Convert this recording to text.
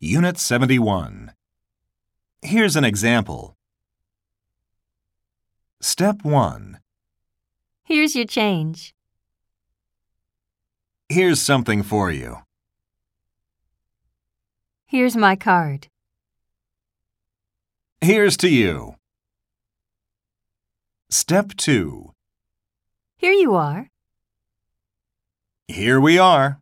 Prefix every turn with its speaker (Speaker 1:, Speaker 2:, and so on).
Speaker 1: Unit 71. Here's an example. Step 1.
Speaker 2: Here's your change.
Speaker 1: Here's something for you.
Speaker 2: Here's my card.
Speaker 1: Here's to you. Step 2.
Speaker 2: Here you are.
Speaker 1: Here we are.